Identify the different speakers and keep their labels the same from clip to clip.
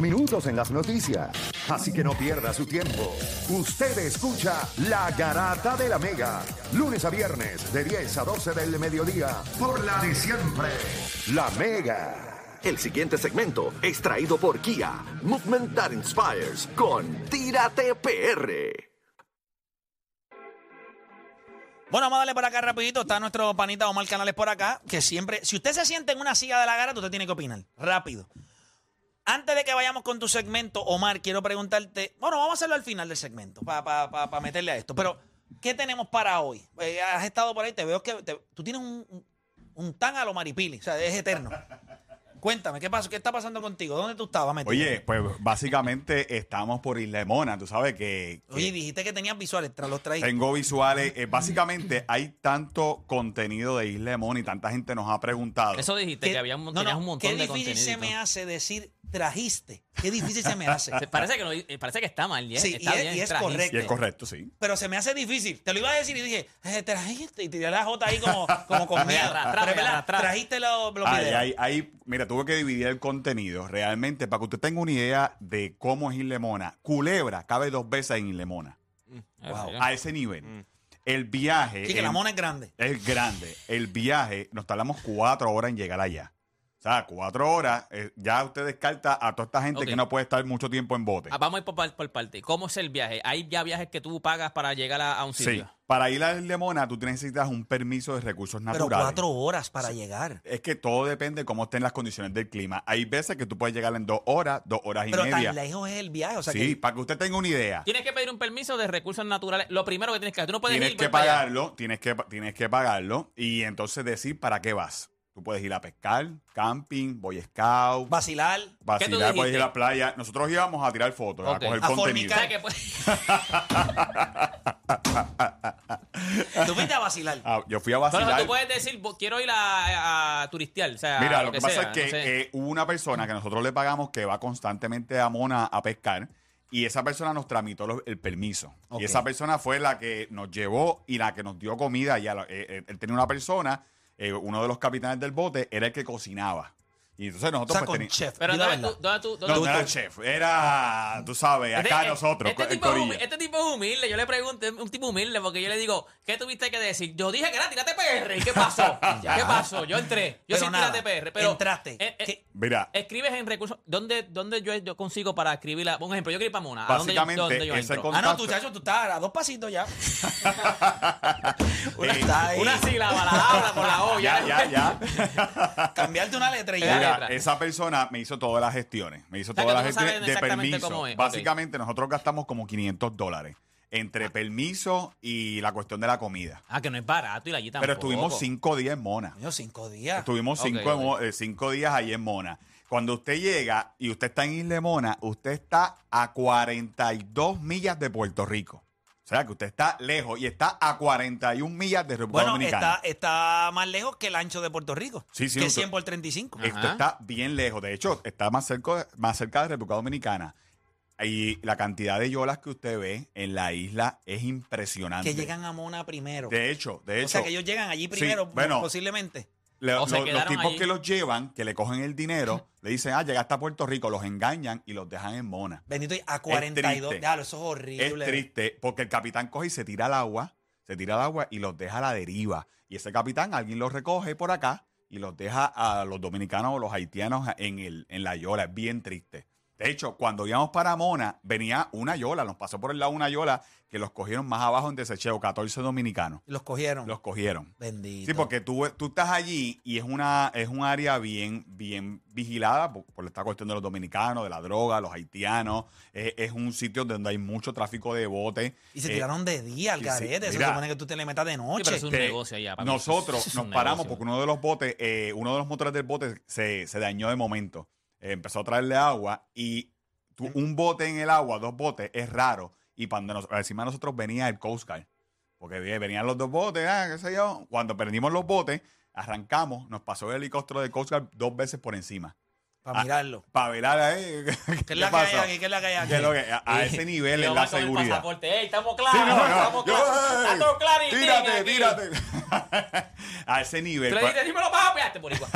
Speaker 1: Minutos en las noticias, así que no pierda su tiempo. Usted escucha La Garata de la Mega, lunes a viernes de 10 a 12 del mediodía, por la de siempre, La Mega.
Speaker 2: El siguiente segmento es traído por Kia, Movement That Inspires, con Tírate PR.
Speaker 3: Bueno, vamos a darle por acá rapidito. Está nuestro panita Omar Canales por acá, que siempre, si usted se siente en una silla de la garata, usted tiene que opinar. Rápido. Antes de que vayamos con tu segmento, Omar, quiero preguntarte, bueno, vamos a hacerlo al final del segmento, para meterle a esto, pero ¿qué tenemos para hoy? Eh, has estado por ahí, te veo que te- tú tienes un, un- un tan a lo maripili, o sea, es eterno. Cuéntame, ¿qué, pasó? ¿qué está pasando contigo? ¿Dónde tú estabas metido?
Speaker 4: Oye, pues básicamente estamos por Isla de Mona, tú sabes que, que
Speaker 3: Oye, dijiste que tenías visuales, tras los traí.
Speaker 4: tengo visuales. eh, básicamente hay tanto contenido de Isla de Mona y tanta gente nos ha preguntado.
Speaker 5: Eso dijiste,
Speaker 3: ¿Qué-
Speaker 5: que había un,
Speaker 3: no,
Speaker 5: tenías
Speaker 3: no,
Speaker 5: un montón
Speaker 3: Qué
Speaker 5: de
Speaker 3: difícil
Speaker 5: contenido. y
Speaker 3: se
Speaker 5: todo.
Speaker 3: me hace decir trajiste. Qué difícil se me hace.
Speaker 5: Se- Parece que no, eh, parece que está mal, ¿eh?
Speaker 3: Sí,
Speaker 5: está
Speaker 3: y es-
Speaker 5: bien,
Speaker 3: y es
Speaker 5: trajiste.
Speaker 3: correcto.
Speaker 4: y es correcto, sí.
Speaker 3: pero se me hace difícil. Te lo iba a decir y dije, eh, trajiste. Y tiré la J ahí como, como con miedo.
Speaker 5: Arrastrame,
Speaker 3: Pero, ¿verdad?
Speaker 5: arrastrame.
Speaker 3: Trajiste los, los
Speaker 4: Ay,
Speaker 3: videos.
Speaker 4: ay, ay, mira, tuve que dividir el contenido realmente para que usted tenga una idea de cómo es Isla de Mona. Culebra cabe dos veces en Isla de Mona,
Speaker 5: Wow.
Speaker 4: a ese nivel. El viaje...
Speaker 3: Mm. Sí, que la
Speaker 4: en-
Speaker 3: mona es grande.
Speaker 4: Es grande. El viaje, nos tardamos cuatro horas en llegar allá. O sea, cuatro horas, eh, ya usted descarta a toda esta gente
Speaker 5: Ok.
Speaker 4: que no puede estar mucho tiempo en bote.
Speaker 5: Ah, vamos a ir por, par- por parte. ¿Cómo es el viaje? ¿Hay ya viajes que tú pagas para llegar a, a un
Speaker 4: sí.
Speaker 5: sitio?
Speaker 4: Para ir a la Lemona, tú necesitas un permiso de recursos
Speaker 3: Pero
Speaker 4: naturales.
Speaker 3: cuatro horas para llegar.
Speaker 4: Es que todo depende de cómo estén las condiciones del clima. Hay veces que tú puedes llegar en dos horas, dos horas y
Speaker 3: Pero
Speaker 4: media.
Speaker 3: tan lejos es el viaje. O sea
Speaker 4: sí,
Speaker 3: que
Speaker 4: para que usted tenga una idea.
Speaker 5: Tienes que pedir un permiso de recursos naturales. Lo primero que tienes que hacer. Tú no puedes
Speaker 4: Tienes
Speaker 5: ir
Speaker 4: que
Speaker 5: voy para allá.
Speaker 4: pagarlo, tienes que, tienes que pagarlo y entonces decir para qué vas. Tú puedes ir a pescar, camping, boy scout,
Speaker 3: vacilar.
Speaker 5: ¿Qué tú
Speaker 4: Vacilar, pues, puedes ir a
Speaker 5: dijiste?
Speaker 4: la playa. Nosotros íbamos a tirar fotos,
Speaker 5: Ok.
Speaker 4: a coger
Speaker 3: A
Speaker 4: contenido.
Speaker 5: O sea, que puedes-
Speaker 3: Tú fuiste a vacilar.
Speaker 4: Ah, yo fui a
Speaker 5: Bueno,
Speaker 4: vacilar.
Speaker 5: tú puedes decir, "Bo- quiero ir a, a turistear. O sea,
Speaker 4: Mira,
Speaker 5: a
Speaker 4: lo, que, pasa
Speaker 5: sea,
Speaker 4: es que
Speaker 5: no sé.
Speaker 4: eh, hubo una persona que nosotros le pagamos que va constantemente a Mona a pescar y esa persona nos tramitó lo- el permiso.
Speaker 3: Ok.
Speaker 4: Y esa persona fue la que nos llevó y la que nos dio comida. Y a la- eh, eh, él tenía una persona, eh, uno de los capitanes del bote, era el que cocinaba. Y entonces
Speaker 3: O
Speaker 4: nosotros
Speaker 3: sea,
Speaker 4: pues,
Speaker 3: con
Speaker 4: teni-
Speaker 3: chef.
Speaker 5: Pero
Speaker 3: di la
Speaker 5: ¿dónde tú-
Speaker 3: verdad.
Speaker 5: dónde tú-
Speaker 4: No,
Speaker 5: dónde
Speaker 4: no
Speaker 5: tú-
Speaker 4: era chef, era, tú sabes,
Speaker 5: Este-
Speaker 4: acá
Speaker 5: eh,
Speaker 4: nosotros,
Speaker 5: Este
Speaker 4: el
Speaker 5: tipo, es humi-
Speaker 4: corillo.
Speaker 5: este tipo es humilde. Yo le pregunto, es un tipo humilde porque yo le digo, ¿qué tuviste que decir? Yo dije que era tírate PR. ¿Y qué pasó? ¿Qué pasó? Yo entré. Yo
Speaker 3: Pero
Speaker 5: soy
Speaker 3: nada,
Speaker 5: tírate PR. Pero
Speaker 3: entraste.
Speaker 5: Eh, eh,
Speaker 3: ¿Qué?
Speaker 4: Mira,
Speaker 5: Escribes en recursos. ¿Dónde, dónde yo, yo consigo para escribir? la- un ejemplo, yo quiero ir para Mona. ¿A dónde yo,
Speaker 4: Básicamente,
Speaker 5: dónde yo
Speaker 4: ese
Speaker 5: entro?
Speaker 4: con-
Speaker 3: Ah, no,
Speaker 4: contacto.
Speaker 3: tú, chacho, tú estás a dos pasitos ya.
Speaker 4: eh,
Speaker 3: está ahí.
Speaker 5: Una sílaba, la habla con la O.
Speaker 4: ya, ya, ya.
Speaker 3: Cambiarte una letra y
Speaker 5: Eh,
Speaker 3: ya.
Speaker 4: Mira,
Speaker 5: letra.
Speaker 4: esa persona me hizo todas las gestiones. Me hizo
Speaker 5: O sea,
Speaker 4: todas las
Speaker 5: que tú no sabes
Speaker 4: gestiones de
Speaker 5: exactamente
Speaker 4: permiso.
Speaker 5: cómo es.
Speaker 4: Básicamente, nosotros gastamos como 500 dólares entre permiso y la cuestión de la comida.
Speaker 5: Ah, que no es barato y la allí
Speaker 4: Pero
Speaker 5: tampoco.
Speaker 4: estuvimos cinco días en Mona.
Speaker 3: Coño, cinco días.
Speaker 4: Estuvimos
Speaker 5: Ok,
Speaker 4: cinco,
Speaker 5: ok.
Speaker 4: en Mo- eh, cinco días ahí en Mona. Cuando usted llega y usted está en Isla de Mona, usted está a 42 millas de Puerto Rico. O sea, que usted está lejos y está a 41 millas de República
Speaker 3: Bueno,
Speaker 4: Dominicana.
Speaker 3: está, está más lejos que el ancho de Puerto Rico.
Speaker 4: Sí, sí,
Speaker 3: Que
Speaker 4: un-
Speaker 3: 100 por 35.
Speaker 5: Ajá.
Speaker 4: Esto está bien lejos. De hecho, está más cerca, más cerca de República Dominicana. Y la cantidad de yolas que usted ve en la isla es impresionante.
Speaker 3: que llegan a Mona primero.
Speaker 4: De hecho, de hecho.
Speaker 3: o sea, que ellos llegan allí
Speaker 4: Sí,
Speaker 3: primero,
Speaker 4: bueno.
Speaker 3: posiblemente.
Speaker 4: le-
Speaker 5: o se
Speaker 4: lo- los
Speaker 5: quedaron
Speaker 4: tipos
Speaker 5: allí.
Speaker 4: que los llevan, que le cogen el dinero, le dicen, ah, llegaste a Puerto Rico, los engañan y los dejan en Mona.
Speaker 3: Bendito, y a 42.
Speaker 4: triste.
Speaker 3: Déjalo, eso es
Speaker 4: Es
Speaker 3: horrible.
Speaker 4: triste porque el capitán coge y se tira al agua, se tira al agua y los deja a la deriva. Y ese capitán, alguien los recoge por acá y los deja a los dominicanos o los haitianos en, el, en la yola. Es bien triste. De hecho, cuando íbamos para Mona, venía una yola, nos pasó por el lado una yola que los cogieron más abajo en Desecheo, 14 dominicanos.
Speaker 3: Los cogieron.
Speaker 4: Los cogieron.
Speaker 3: Bendito.
Speaker 4: Sí, porque tú, tú estás allí y es una es un área bien bien vigilada por, por esta cuestión de los dominicanos, de la droga, los haitianos. Es, es un sitio donde hay mucho tráfico de botes.
Speaker 3: Y se
Speaker 4: Eh,
Speaker 3: tiraron de día al
Speaker 4: sí, sí,
Speaker 3: garete. Eso
Speaker 4: mira.
Speaker 3: supone que tú te le metas de
Speaker 5: Sí, pero
Speaker 3: noche.
Speaker 5: es un
Speaker 4: que
Speaker 5: negocio allá. papi.
Speaker 4: Nosotros
Speaker 5: Eso es
Speaker 4: nos
Speaker 5: un
Speaker 4: paramos
Speaker 5: negocio.
Speaker 4: porque uno de los botes, eh, uno de los motores del bote se, se dañó de momento. eh, empezó a traerle agua y tú- un bote en el agua, dos botes, es raro. Y cuando nos- encima de nosotros venía el Coast Guard, porque ve- venían los dos botes, ah, qué sé yo. Cuando perdimos los botes, arrancamos, nos pasó el helicóptero de Coast Guard dos veces por encima.
Speaker 3: Para
Speaker 4: Ah,
Speaker 3: mirarlo.
Speaker 4: Para velar ahí.
Speaker 3: ¿Qué es la que hay aquí? ¿Qué es la que hay aquí?
Speaker 4: Que lo que- a, a ese nivel es
Speaker 5: Yo
Speaker 4: la
Speaker 5: voy con el
Speaker 4: seguridad.
Speaker 5: pasaporte. Ey, estamos
Speaker 4: Sí,
Speaker 5: claros.
Speaker 4: no, no.
Speaker 5: Estamos
Speaker 4: Yo,
Speaker 5: claros.
Speaker 4: ey,
Speaker 5: Estamos claritín
Speaker 4: Tírate,
Speaker 5: aquí.
Speaker 4: tírate. a ese nivel. pues, ah,
Speaker 5: Tú le dices, dímelo, papi. Ah, te por igual.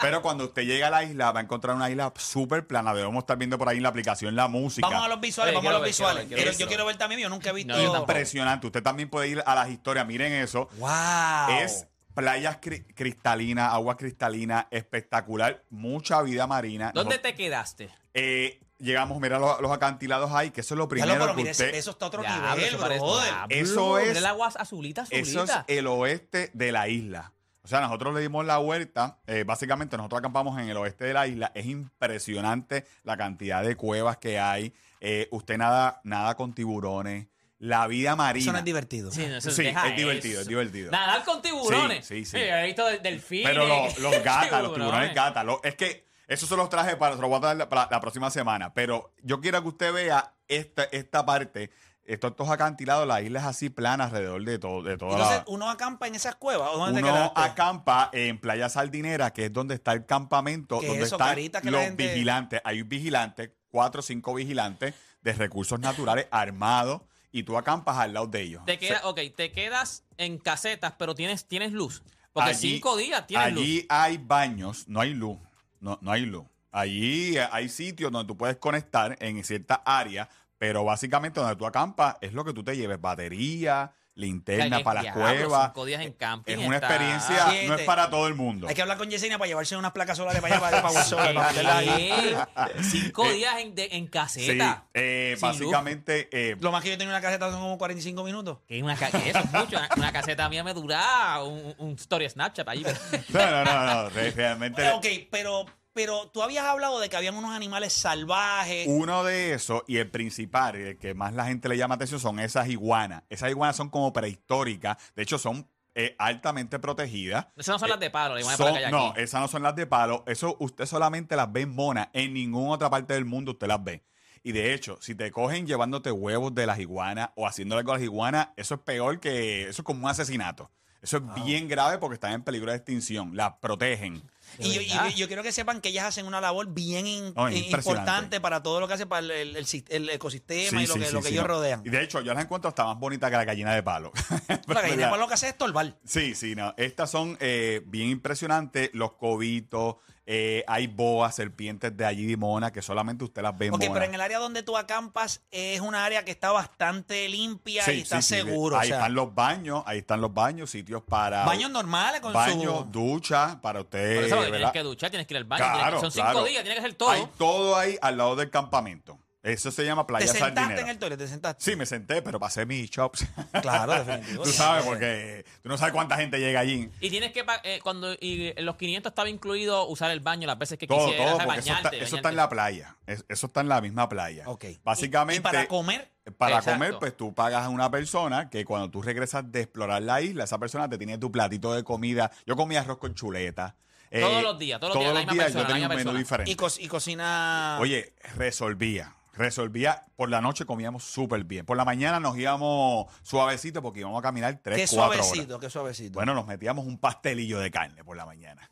Speaker 4: Pero cuando usted llega a la isla, va a encontrar una isla súper plana. Debemos estar viendo por ahí en la aplicación la música.
Speaker 3: Vamos a los visuales,
Speaker 5: Oye,
Speaker 3: vamos a
Speaker 5: quiero
Speaker 3: los
Speaker 5: ver, quiero
Speaker 3: visuales.
Speaker 5: ver, quiero
Speaker 3: Quiero-
Speaker 5: ver.
Speaker 3: yo quiero ver también, yo nunca he visto.
Speaker 5: No, yo tampoco.
Speaker 4: Impresionante. Usted también puede ir a las historias. Miren eso.
Speaker 3: ¡Wow!
Speaker 4: Es playas cri- cristalinas, agua cristalina, espectacular. Mucha vida marina.
Speaker 5: ¿Dónde
Speaker 4: Nosotros-
Speaker 5: te quedaste?
Speaker 4: eh, llegamos, mira los, los acantilados ahí, que eso es
Speaker 3: Ya
Speaker 4: lo
Speaker 3: lo,
Speaker 4: primero
Speaker 3: pero
Speaker 4: que
Speaker 3: mira,
Speaker 4: usted...
Speaker 3: ese- eso está a otro
Speaker 5: Ya, pero
Speaker 3: nivel,
Speaker 5: eso parece-
Speaker 3: brother.
Speaker 5: Diablo,
Speaker 4: Eso es-
Speaker 5: mira El agua azulita,
Speaker 4: Eso es eh,
Speaker 5: azulita.
Speaker 4: el oeste de la isla. O sea, nosotros le dimos la vuelta. eh, básicamente, nosotros acampamos en el oeste de la isla. Es impresionante la cantidad de cuevas que hay. Eh, usted nada, nada con tiburones. La vida
Speaker 3: Eso no
Speaker 4: marina.
Speaker 3: es divertido.
Speaker 5: Sí, no, eso-
Speaker 4: Sí,
Speaker 5: deja
Speaker 4: es divertido,
Speaker 5: eso.
Speaker 4: es divertido.
Speaker 5: Nadar con tiburones.
Speaker 4: Sí, sí, sí.
Speaker 5: Yo he visto del- delfines.
Speaker 4: Pero los, los gatas, los tiburones gatas. lo- es que esos se los traje para, se los voy a traer la- para la próxima semana. Pero yo quiero que usted vea esta, esta parte. Estos, estos acantilados, la isla es así plana alrededor de, todo, de toda
Speaker 3: Entonces,
Speaker 4: la...
Speaker 3: uno acampa en esas cuevas. ¿o dónde te
Speaker 4: Uno
Speaker 3: quedaste?
Speaker 4: acampa en Playa Sardinera, que es donde está el campamento,
Speaker 3: ¿Qué es
Speaker 4: donde
Speaker 3: eso,
Speaker 4: están
Speaker 3: Carita, que la
Speaker 4: los
Speaker 3: gente-
Speaker 4: vigilantes. Hay vigilantes, cuatro o cinco vigilantes de recursos naturales armados, y tú acampas al lado de ellos.
Speaker 5: Te queda, ok, te quedas en casetas, pero tienes, tienes luz. Porque
Speaker 4: Allí-
Speaker 5: cinco días tienes luz.
Speaker 4: Allí hay baños, no hay luz, no, no hay luz. Allí eh, hay sitios donde tú puedes conectar en cierta área, pero básicamente donde tú acampas es lo que tú te lleves, batería, linterna
Speaker 5: Ay,
Speaker 4: para las
Speaker 5: diablo,
Speaker 4: cuevas.
Speaker 5: cinco días en camping
Speaker 4: Es una
Speaker 5: está-
Speaker 4: experiencia, no es
Speaker 3: Siete.
Speaker 4: para todo el mundo.
Speaker 3: Hay que hablar con Yesenia para llevarse unas placas solares para allá, para, para Guasol, para
Speaker 5: ¿Qué?
Speaker 3: meterla ahí.
Speaker 5: Cinco días en, de- en
Speaker 4: Eh, Sí,
Speaker 5: caseta.
Speaker 4: eh,
Speaker 5: Sin luz.
Speaker 4: básicamente, eh,
Speaker 3: Lo más que yo tenía una caseta son como 45 minutos.
Speaker 5: Que una ca- que eso es mucho. ¿eh? Una, una caseta mía me dura un, un story Snapchat ahí.
Speaker 4: no, no, no, no, re- realmente
Speaker 3: Bueno, ok, pero, pero tú habías hablado de que habían unos animales salvajes.
Speaker 4: uno de esos y el principal, el que más la gente le llama atención, son esas iguanas. Esas iguanas son como prehistóricas, de hecho son eh, altamente protegidas.
Speaker 5: Esas no son las de palo, las iguanas
Speaker 4: Son-
Speaker 5: para la calle
Speaker 4: no, eh,
Speaker 5: aquí.
Speaker 4: esas no son las de palo. Eso usted solamente las ve en Mona. En ninguna otra parte del mundo usted las ve. Y de hecho, si te cogen llevándote huevos de las iguanas o haciéndole algo a las iguanas, eso es peor que. Eso es como un asesinato. Eso es bien grave porque están en peligro de extinción. Las protegen.
Speaker 3: Y yo, y
Speaker 5: ¿Verdad?
Speaker 3: yo- yo quiero que sepan que ellas hacen una labor bien in-
Speaker 4: Oh,
Speaker 3: eh,
Speaker 4: impresionante.
Speaker 3: importante para todo lo que hace para el, el- el sis- el ecosistema
Speaker 4: Sí,
Speaker 3: y lo
Speaker 4: sí,
Speaker 3: que,
Speaker 4: sí,
Speaker 3: lo que
Speaker 4: sí,
Speaker 3: ellos
Speaker 4: no.
Speaker 3: rodean.
Speaker 4: Y de hecho, yo las encuentro hasta más bonitas que la gallina de palo.
Speaker 3: La gallina
Speaker 4: ¿Verdad?
Speaker 3: pues, lo que hace es estorbar.
Speaker 4: Sí, sí, no. Estas son eh, bien impresionantes. Los cobitos, eh, hay boas, serpientes de allí de Mona que solamente usted las ve en
Speaker 3: Ok,
Speaker 4: Mona.
Speaker 3: pero en el área donde tú acampas es una área que está bastante limpia
Speaker 4: Sí,
Speaker 3: y está
Speaker 4: sí, sí,
Speaker 3: seguro.
Speaker 4: de-
Speaker 3: o
Speaker 4: Ahí
Speaker 3: sea,
Speaker 4: están los baños, ahí están los baños, sitios para.
Speaker 3: baños normales con
Speaker 4: Baños,
Speaker 3: su...
Speaker 4: ducha, para usted.
Speaker 5: Por eso porque
Speaker 4: ¿verdad?
Speaker 5: tienes que duchar, tienes que ir al baño.
Speaker 4: Claro,
Speaker 5: tienes que- son cinco
Speaker 4: claro.
Speaker 5: días, tienes que hacer todo.
Speaker 4: Hay todo ahí al lado del campamento. Eso se llama
Speaker 3: Te
Speaker 4: Playa
Speaker 3: sentaste
Speaker 4: Sardinera.
Speaker 3: en el toilet, te sentaste.
Speaker 4: Sí, me senté, pero pasé mis chops.
Speaker 3: Claro, definitivo.
Speaker 4: tú sabes, porque tú no sabes cuánta gente llega allí.
Speaker 5: Y tienes que, pa- eh, cuando y en los 500 estaba incluido usar el baño las veces que
Speaker 4: Todo,
Speaker 5: quisieras,
Speaker 4: todo,
Speaker 5: o sea,
Speaker 4: porque eso está,
Speaker 5: bañarte,
Speaker 4: eso está en
Speaker 5: bañarte.
Speaker 4: la playa. Es- eso está en la misma playa.
Speaker 3: Ok. Y-
Speaker 4: Básicamente.
Speaker 3: Y para comer,
Speaker 4: Para
Speaker 5: Exacto.
Speaker 4: comer, pues tú pagas a una persona que cuando tú regresas de explorar la isla, esa persona te tiene tu platito de comida. Yo comía arroz con chuleta. eh,
Speaker 5: Todos los días, todos los días, la misma persona,
Speaker 4: yo
Speaker 5: la
Speaker 4: tenía
Speaker 5: misma
Speaker 4: un menú
Speaker 5: persona.
Speaker 4: diferente.
Speaker 3: y, co- y cocina...
Speaker 4: Oye, resolvía. Resolvía. Por la noche comíamos súper bien. Por la mañana nos íbamos suavecito porque íbamos a caminar
Speaker 3: qué
Speaker 4: tres, cuatro horas.
Speaker 3: suavecito, qué suavecito.
Speaker 4: Bueno, nos metíamos un pastelillo de carne por la mañana.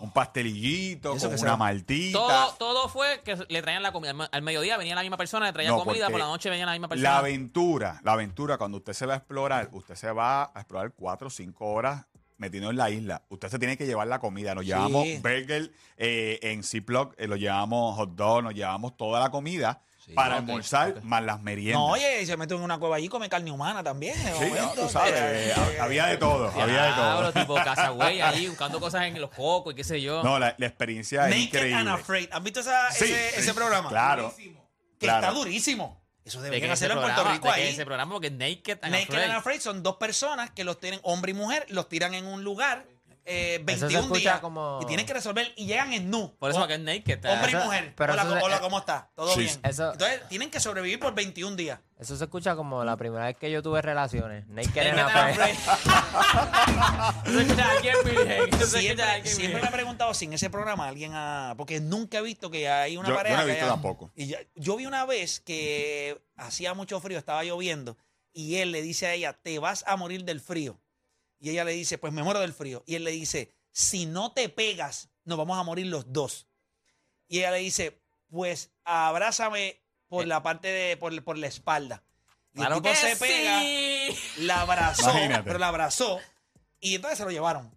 Speaker 4: Un pastelillito
Speaker 3: ¿Y eso
Speaker 4: con
Speaker 3: que se
Speaker 4: una
Speaker 3: va?
Speaker 4: maltita.
Speaker 5: Todo, todo fue que le traían la comida. Al mediodía venía la misma persona, le traía
Speaker 4: No,
Speaker 5: comida, por
Speaker 4: porque
Speaker 5: la noche venía la misma
Speaker 4: La
Speaker 5: persona.
Speaker 4: aventura, la aventura, cuando usted se va a explorar, usted se va a explorar cuatro o cinco horas metido en la isla. Usted se tiene que llevar la comida. Nos llevamos burger eh, en Ziploc, eh, nos llevamos hot dog, nos llevamos toda la comida para
Speaker 5: ok,
Speaker 4: almorzar,
Speaker 5: ok.
Speaker 4: más las meriendas.
Speaker 3: no, oye, y se mete en una cueva allí y come carne humana también. de
Speaker 4: Sí, no,
Speaker 3: momento.
Speaker 4: tú sabes, eh, ha- había de todo, había de
Speaker 5: Diablo,
Speaker 4: todo.
Speaker 5: tipo cazagüey ahí buscando cosas en los cocos y qué sé yo.
Speaker 4: No, la, la experiencia es
Speaker 3: Naked and
Speaker 4: increíble.
Speaker 3: Afraid. ¿Has visto esa-
Speaker 4: Sí,
Speaker 3: ese,
Speaker 4: sí,
Speaker 3: ese programa?
Speaker 4: Claro.
Speaker 3: Que
Speaker 4: claro.
Speaker 3: está durísimo. Eso
Speaker 5: de
Speaker 3: deberían
Speaker 5: que ese
Speaker 3: hacerlo en Puerto
Speaker 5: programa-
Speaker 3: Rico
Speaker 5: de que
Speaker 3: ahí.
Speaker 5: ese programa porque Naked and
Speaker 3: Naked
Speaker 5: Afraid.
Speaker 3: and Afraid son dos personas que los tienen, hombre y mujer, los tiran en un lugar. eh,
Speaker 6: Eso se
Speaker 3: 21
Speaker 6: escucha
Speaker 3: días
Speaker 6: como-
Speaker 3: y tienes que resolver y llegan en nu.
Speaker 5: Por eso que es naked. está-
Speaker 3: Hombre y
Speaker 6: Eso-
Speaker 3: mujer.
Speaker 6: pero
Speaker 3: hola,
Speaker 6: eso se-
Speaker 3: hola, ¿cómo está? ¿Todo
Speaker 4: Sí.
Speaker 3: bien?
Speaker 6: Eso-
Speaker 3: Entonces, tienen que sobrevivir por 21 días.
Speaker 6: Eso se escucha como la primera vez que yo tuve relaciones. Naked and
Speaker 5: Naked and
Speaker 6: afraid.
Speaker 5: Eso se escucha a alguien virgen. Eso se escucha a
Speaker 3: Siempre,
Speaker 5: alguien
Speaker 3: siempre
Speaker 5: virgen.
Speaker 3: me ha preguntado si en ese programa alguien ha. Porque nunca he visto que hay una
Speaker 4: Yo- yo
Speaker 3: pareja.
Speaker 4: no he
Speaker 3: que
Speaker 4: visto
Speaker 3: haya-
Speaker 4: tampoco.
Speaker 3: y ya- yo vi una vez que hacía mucho frío, estaba lloviendo, y él le dice a ella: Te vas a morir del frío. Y ella le dice: Pues me muero del frío. Y él le dice: Si no te pegas, nos vamos a morir los dos. Y ella le dice: Pues abrázame
Speaker 4: Eh.
Speaker 3: por la parte de. por, por la espalda. Y el
Speaker 5: Claro
Speaker 3: tipo
Speaker 5: que
Speaker 3: se pega
Speaker 5: sí.
Speaker 3: la abrazó,
Speaker 4: Imagínate.
Speaker 3: pero la abrazó y entonces se lo llevaron. O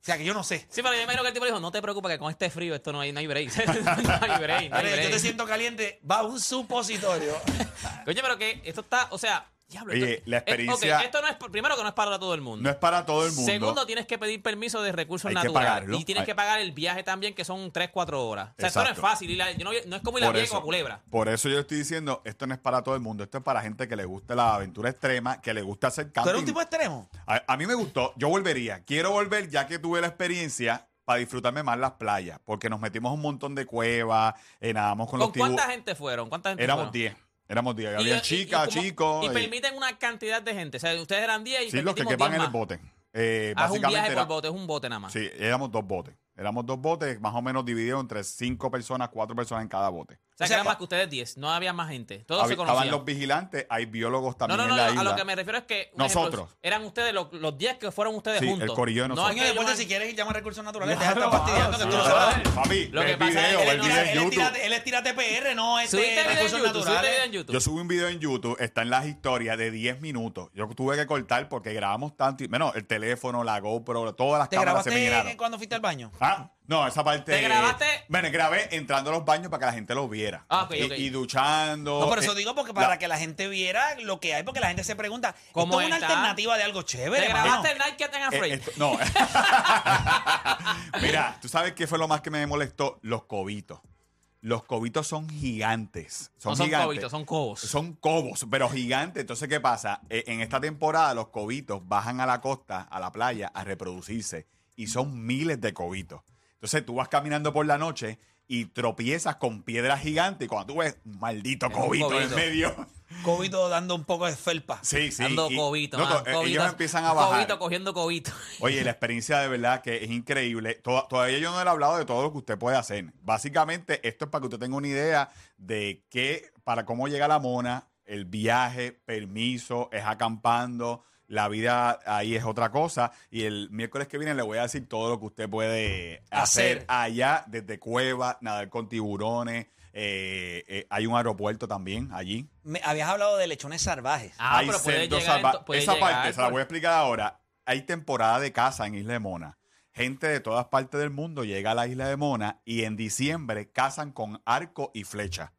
Speaker 3: sea que yo no sé.
Speaker 5: Sí, pero yo imagino que el tipo le dijo, no te preocupes que con este frío esto no hay, no hay break. no hay break, no hay
Speaker 3: Dale, yo te
Speaker 5: break.
Speaker 3: siento caliente, va un supositorio.
Speaker 5: Oye, pero que esto está, o sea, diablo. esto-
Speaker 4: Oye, la
Speaker 5: eh, ok,
Speaker 4: experiencia-
Speaker 5: esto no es, primero que no es para todo el mundo.
Speaker 4: No es para todo el mundo.
Speaker 5: Segundo, tienes que pedir permiso de recursos
Speaker 4: Hay que
Speaker 5: naturales.
Speaker 4: pagarlo.
Speaker 5: Y tienes
Speaker 4: Hay-
Speaker 5: que pagar el viaje también, que son 3, 4 horas. O sea, esto no es
Speaker 4: Exacto.
Speaker 5: fácil. y la- yo no, no es como ir a Viejo a Culebra.
Speaker 4: por eso yo estoy diciendo, esto no es para todo el mundo, esto es para gente que le gusta la aventura extrema, que le gusta hacer
Speaker 3: ¿Tú
Speaker 4: camping.
Speaker 3: eres un tipo extremo?
Speaker 4: a, a mí me gustó, yo volvería. Quiero volver ya que tuve la experiencia para disfrutarme más las playas, porque nos metimos a un montón de cuevas, eh, nadamos con,
Speaker 5: ¿Con
Speaker 4: los tibú.
Speaker 5: cuánta gente fueron? ¿Cuánta gente
Speaker 4: Éramos
Speaker 5: fueron?
Speaker 4: 10. Éramos 10.
Speaker 5: Y- y-
Speaker 4: Había chicas,
Speaker 5: y como-
Speaker 4: chicos.
Speaker 5: Y,
Speaker 4: eh,
Speaker 5: permiten una cantidad de gente. O sea, ustedes eran 10 y
Speaker 4: sí, los que
Speaker 5: permitimos 10
Speaker 4: quepan en el
Speaker 5: más.
Speaker 4: bote. Eh,
Speaker 5: Ah, es un
Speaker 4: básicamente
Speaker 5: viaje
Speaker 4: era-
Speaker 5: por bote, es un bote nada más.
Speaker 4: Sí, éramos dos botes. Éramos dos botes, más o menos divididos entre cinco personas, cuatro personas en cada bote.
Speaker 5: O sea,
Speaker 3: O
Speaker 5: que
Speaker 3: sea,
Speaker 5: eran
Speaker 3: pa-
Speaker 5: más que ustedes 10. No había más gente. Todos
Speaker 4: Hab-
Speaker 5: se
Speaker 4: Estaban
Speaker 5: conocían.
Speaker 4: los vigilantes, hay biólogos
Speaker 5: no,
Speaker 4: también
Speaker 5: no, no,
Speaker 4: en la
Speaker 5: a
Speaker 4: isla.
Speaker 5: lo que me refiero es que un
Speaker 4: Nosotros.
Speaker 5: ejemplo, eran ustedes los los 10 que fueron ustedes
Speaker 4: Sí, el
Speaker 5: juntos.
Speaker 4: corillo de
Speaker 5: No,
Speaker 4: nosotros.
Speaker 5: es
Speaker 3: Oye,
Speaker 5: que yo
Speaker 3: después
Speaker 5: me-
Speaker 3: si quieres ir llamar a recursos naturales,
Speaker 5: No,
Speaker 3: deja de
Speaker 5: no,
Speaker 3: estar fastidiando que tú no sabes.
Speaker 4: Papi,
Speaker 5: Lo que
Speaker 4: el
Speaker 5: pasa es
Speaker 4: video,
Speaker 5: que él
Speaker 4: el
Speaker 5: no-
Speaker 4: video en
Speaker 3: Él es
Speaker 4: YouTube.
Speaker 3: tírate- él es tírate PR, no este
Speaker 5: Subiste video en
Speaker 3: recursos
Speaker 5: YouTube, subiste video en
Speaker 3: naturales.
Speaker 5: YouTube.
Speaker 4: Yo subí un video en YouTube, está en las historias de 10 minutos. Yo tuve que cortar porque grabamos tanto. y- Bueno, el teléfono, la GoPro, todas las
Speaker 3: ¿Te
Speaker 4: cámaras se me
Speaker 3: grabaste
Speaker 4: llenaron.
Speaker 3: cuando fuiste al baño?
Speaker 4: Ah, no, esa parte.
Speaker 5: ¿Te grabaste?
Speaker 4: Bueno, grabé entrando a los baños para que la gente lo viera.
Speaker 5: Ah, ok,
Speaker 4: y,
Speaker 5: ok.
Speaker 4: y duchando.
Speaker 3: No, por eso
Speaker 4: Eh,
Speaker 3: digo, porque
Speaker 4: la-
Speaker 3: para que la gente viera lo que hay, porque la gente se pregunta, ¿esto
Speaker 5: ¿Cómo
Speaker 3: es una
Speaker 5: está?
Speaker 3: alternativa de algo chévere?
Speaker 5: Te
Speaker 3: mano?
Speaker 5: grabaste el Nike and
Speaker 4: Eh,
Speaker 5: Afraid.
Speaker 4: esto- no. Mira, ¿tú sabes qué fue lo más que me molestó? Los cobitos. Los cobitos son gigantes. Son
Speaker 5: no son
Speaker 4: gigantes.
Speaker 5: cobitos, son cobos.
Speaker 4: Son cobos, pero gigantes. Entonces, ¿qué pasa? Eh, en esta temporada los cobitos bajan a la costa, a la playa, a reproducirse. Y son miles de cobitos. Entonces, tú vas caminando por la noche y tropiezas con piedras gigantes. Y cuando tú ves un maldito
Speaker 5: Es un
Speaker 4: cobito, en
Speaker 5: cobito.
Speaker 4: medio.
Speaker 3: Cobito dando un poco de felpa.
Speaker 4: eh, Sí, sí.
Speaker 5: Ando
Speaker 4: y-
Speaker 5: cobito,
Speaker 4: no,
Speaker 5: mano,
Speaker 4: eh,
Speaker 5: cobito,
Speaker 4: ellos empiezan a bajar.
Speaker 5: Cobito cogiendo cobito.
Speaker 4: Oye, la experiencia de verdad que es increíble. To- todavía yo no le he hablado de todo lo que usted puede hacer. Básicamente, esto es para que usted tenga una idea de qué, para cómo llega la mona, el viaje, permiso, es acampando, la vida ahí es otra cosa. Y el miércoles que viene le voy a decir todo lo que usted puede hacer,
Speaker 3: Hacer.
Speaker 4: allá, desde cuevas, nadar con tiburones. eh, eh, hay un aeropuerto también allí.
Speaker 3: Me- habías hablado de lechones salvajes.
Speaker 5: Ah,
Speaker 4: Hay
Speaker 5: pero puede
Speaker 4: cerdos
Speaker 5: llegar.
Speaker 4: salva-
Speaker 5: ento- puede
Speaker 4: Esa
Speaker 5: llegar,
Speaker 4: parte se la
Speaker 5: por-
Speaker 4: voy a explicar ahora. Hay temporada de caza en Isla de Mona. Gente de todas partes del mundo llega a la Isla de Mona y en diciembre cazan con arco y flecha.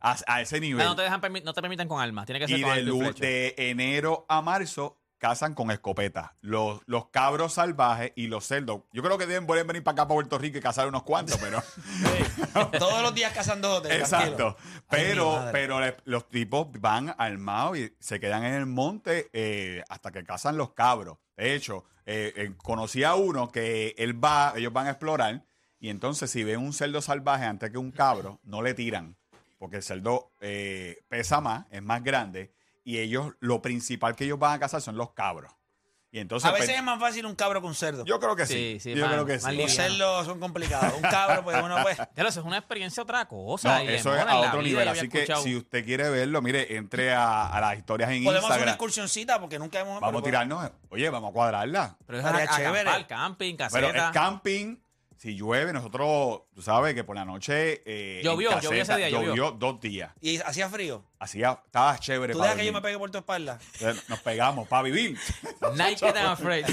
Speaker 4: A, a ese
Speaker 5: Ah,
Speaker 4: nivel.
Speaker 5: no, te dejan permi- no te permiten con armas. Tiene que ser
Speaker 4: y
Speaker 5: con
Speaker 4: de,
Speaker 5: arco y
Speaker 4: lu-
Speaker 5: flecha.
Speaker 4: de enero a marzo cazan con escopeta. Los, los cabros salvajes y los cerdos. Yo creo que deben pueden venir para acá, para Puerto Rico, y cazar unos cuantos, pero...
Speaker 3: Todos los días cazando hoteles.
Speaker 4: Exacto.
Speaker 3: mi
Speaker 4: Pero,
Speaker 3: madre.
Speaker 4: pero le- los tipos van armados y se quedan en el monte eh, hasta que cazan los cabros. De hecho, eh, eh, conocí a uno que él va, ellos van a explorar y entonces si ven un cerdo salvaje antes que un cabro, no le tiran porque el cerdo eh, pesa más, es más grande y ellos, lo principal que ellos van a cazar son los cabros. Y entonces,
Speaker 3: A veces
Speaker 4: pues,
Speaker 3: es más fácil un cabro que un cerdo.
Speaker 4: yo creo que
Speaker 5: Sí,
Speaker 4: sí.
Speaker 5: sí,
Speaker 4: yo
Speaker 5: más-
Speaker 4: creo que
Speaker 5: más
Speaker 4: sí.
Speaker 3: Los
Speaker 5: liviano.
Speaker 3: cerdos son complicados. Un cabro, pues uno pues.
Speaker 5: Ya lo sé, es una experiencia otra cosa.
Speaker 4: No,
Speaker 5: y le
Speaker 4: eso es
Speaker 5: mola en
Speaker 4: a
Speaker 5: la
Speaker 4: otro
Speaker 5: vida,
Speaker 4: nivel.
Speaker 5: yo había
Speaker 4: Así que
Speaker 5: escuchado-
Speaker 4: si usted quiere verlo, mire, entre a, a las historias en
Speaker 3: Podemos hacer una
Speaker 4: Instagram.
Speaker 3: excursioncita porque nunca hemos.
Speaker 4: Vamos a
Speaker 3: pero-
Speaker 4: tirarnos. Oye, vamos a cuadrarla.
Speaker 5: Pero es
Speaker 3: Estaría
Speaker 5: a-
Speaker 3: chévere.
Speaker 5: acampar, camping,
Speaker 4: Pero el
Speaker 5: caseta.
Speaker 4: camping, si llueve, nosotros, tú sabes que por la noche. eh, en
Speaker 5: Llovió, llovió ese día, llovió.
Speaker 4: dos días.
Speaker 3: Y hacía frío.
Speaker 4: Hacía, estaba chévere.
Speaker 3: Tú
Speaker 4: para
Speaker 3: dejas que yo me
Speaker 4: dormir.
Speaker 3: pegue por tu espalda.
Speaker 4: Entonces, Nos pegamos para vivir.
Speaker 5: Naked and afraid.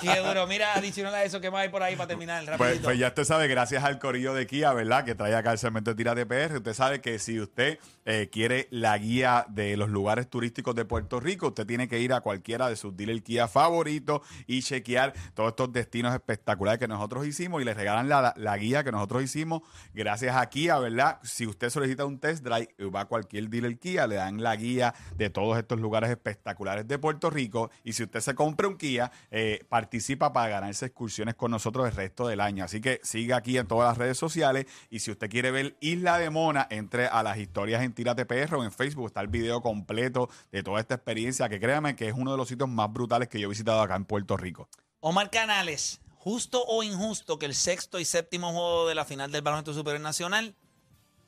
Speaker 3: Qué duro. Mira, adicional a eso, ¿qué más hay por ahí para terminar?
Speaker 4: Pues,
Speaker 3: Rapidito.
Speaker 4: pues ya usted sabe, gracias al corillo de Kia, ¿verdad? Que trae acá el cemento de tira de PR. Usted sabe que si usted eh, quiere la guía de los lugares turísticos de Puerto Rico, usted tiene que ir a cualquiera de sus dealers Kia favoritos y chequear todos estos destinos espectaculares. espectacular que nosotros hicimos y les regalan la, la guía que nosotros hicimos gracias a Kia, ¿verdad? Si usted solicita un test drive, va a cualquier dealer Kia, le dan la guía de todos estos lugares espectaculares de Puerto Rico y si usted se compra un Kia, eh, participa para ganarse excursiones con nosotros el resto del año. Así que siga aquí en todas las redes sociales y si usted quiere ver Isla de Mona, entre a las historias en Tírate PR o en Facebook, está el video completo de toda esta experiencia que créame que es uno de los sitios más brutales que yo he visitado acá en Puerto Rico.
Speaker 3: Omar Canales, justo o injusto que el sexto y séptimo juego de la final del Baloncesto Superior Nacional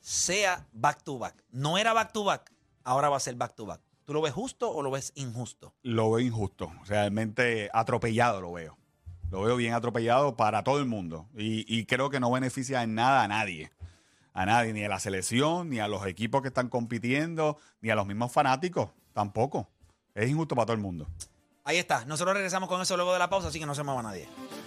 Speaker 3: sea back to back. No era back to back, ahora va a ser back to back. ¿Tú lo ves justo o lo ves injusto?
Speaker 4: Lo veo injusto, realmente atropellado lo veo. Lo veo bien atropellado para todo el mundo y, y creo que no beneficia en nada a nadie. A nadie, ni a la selección, ni a los equipos que están compitiendo, ni a los mismos fanáticos, tampoco. Es injusto para todo el mundo.
Speaker 3: Ahí está. Nosotros regresamos con eso luego de la pausa, así que no se mueva nadie.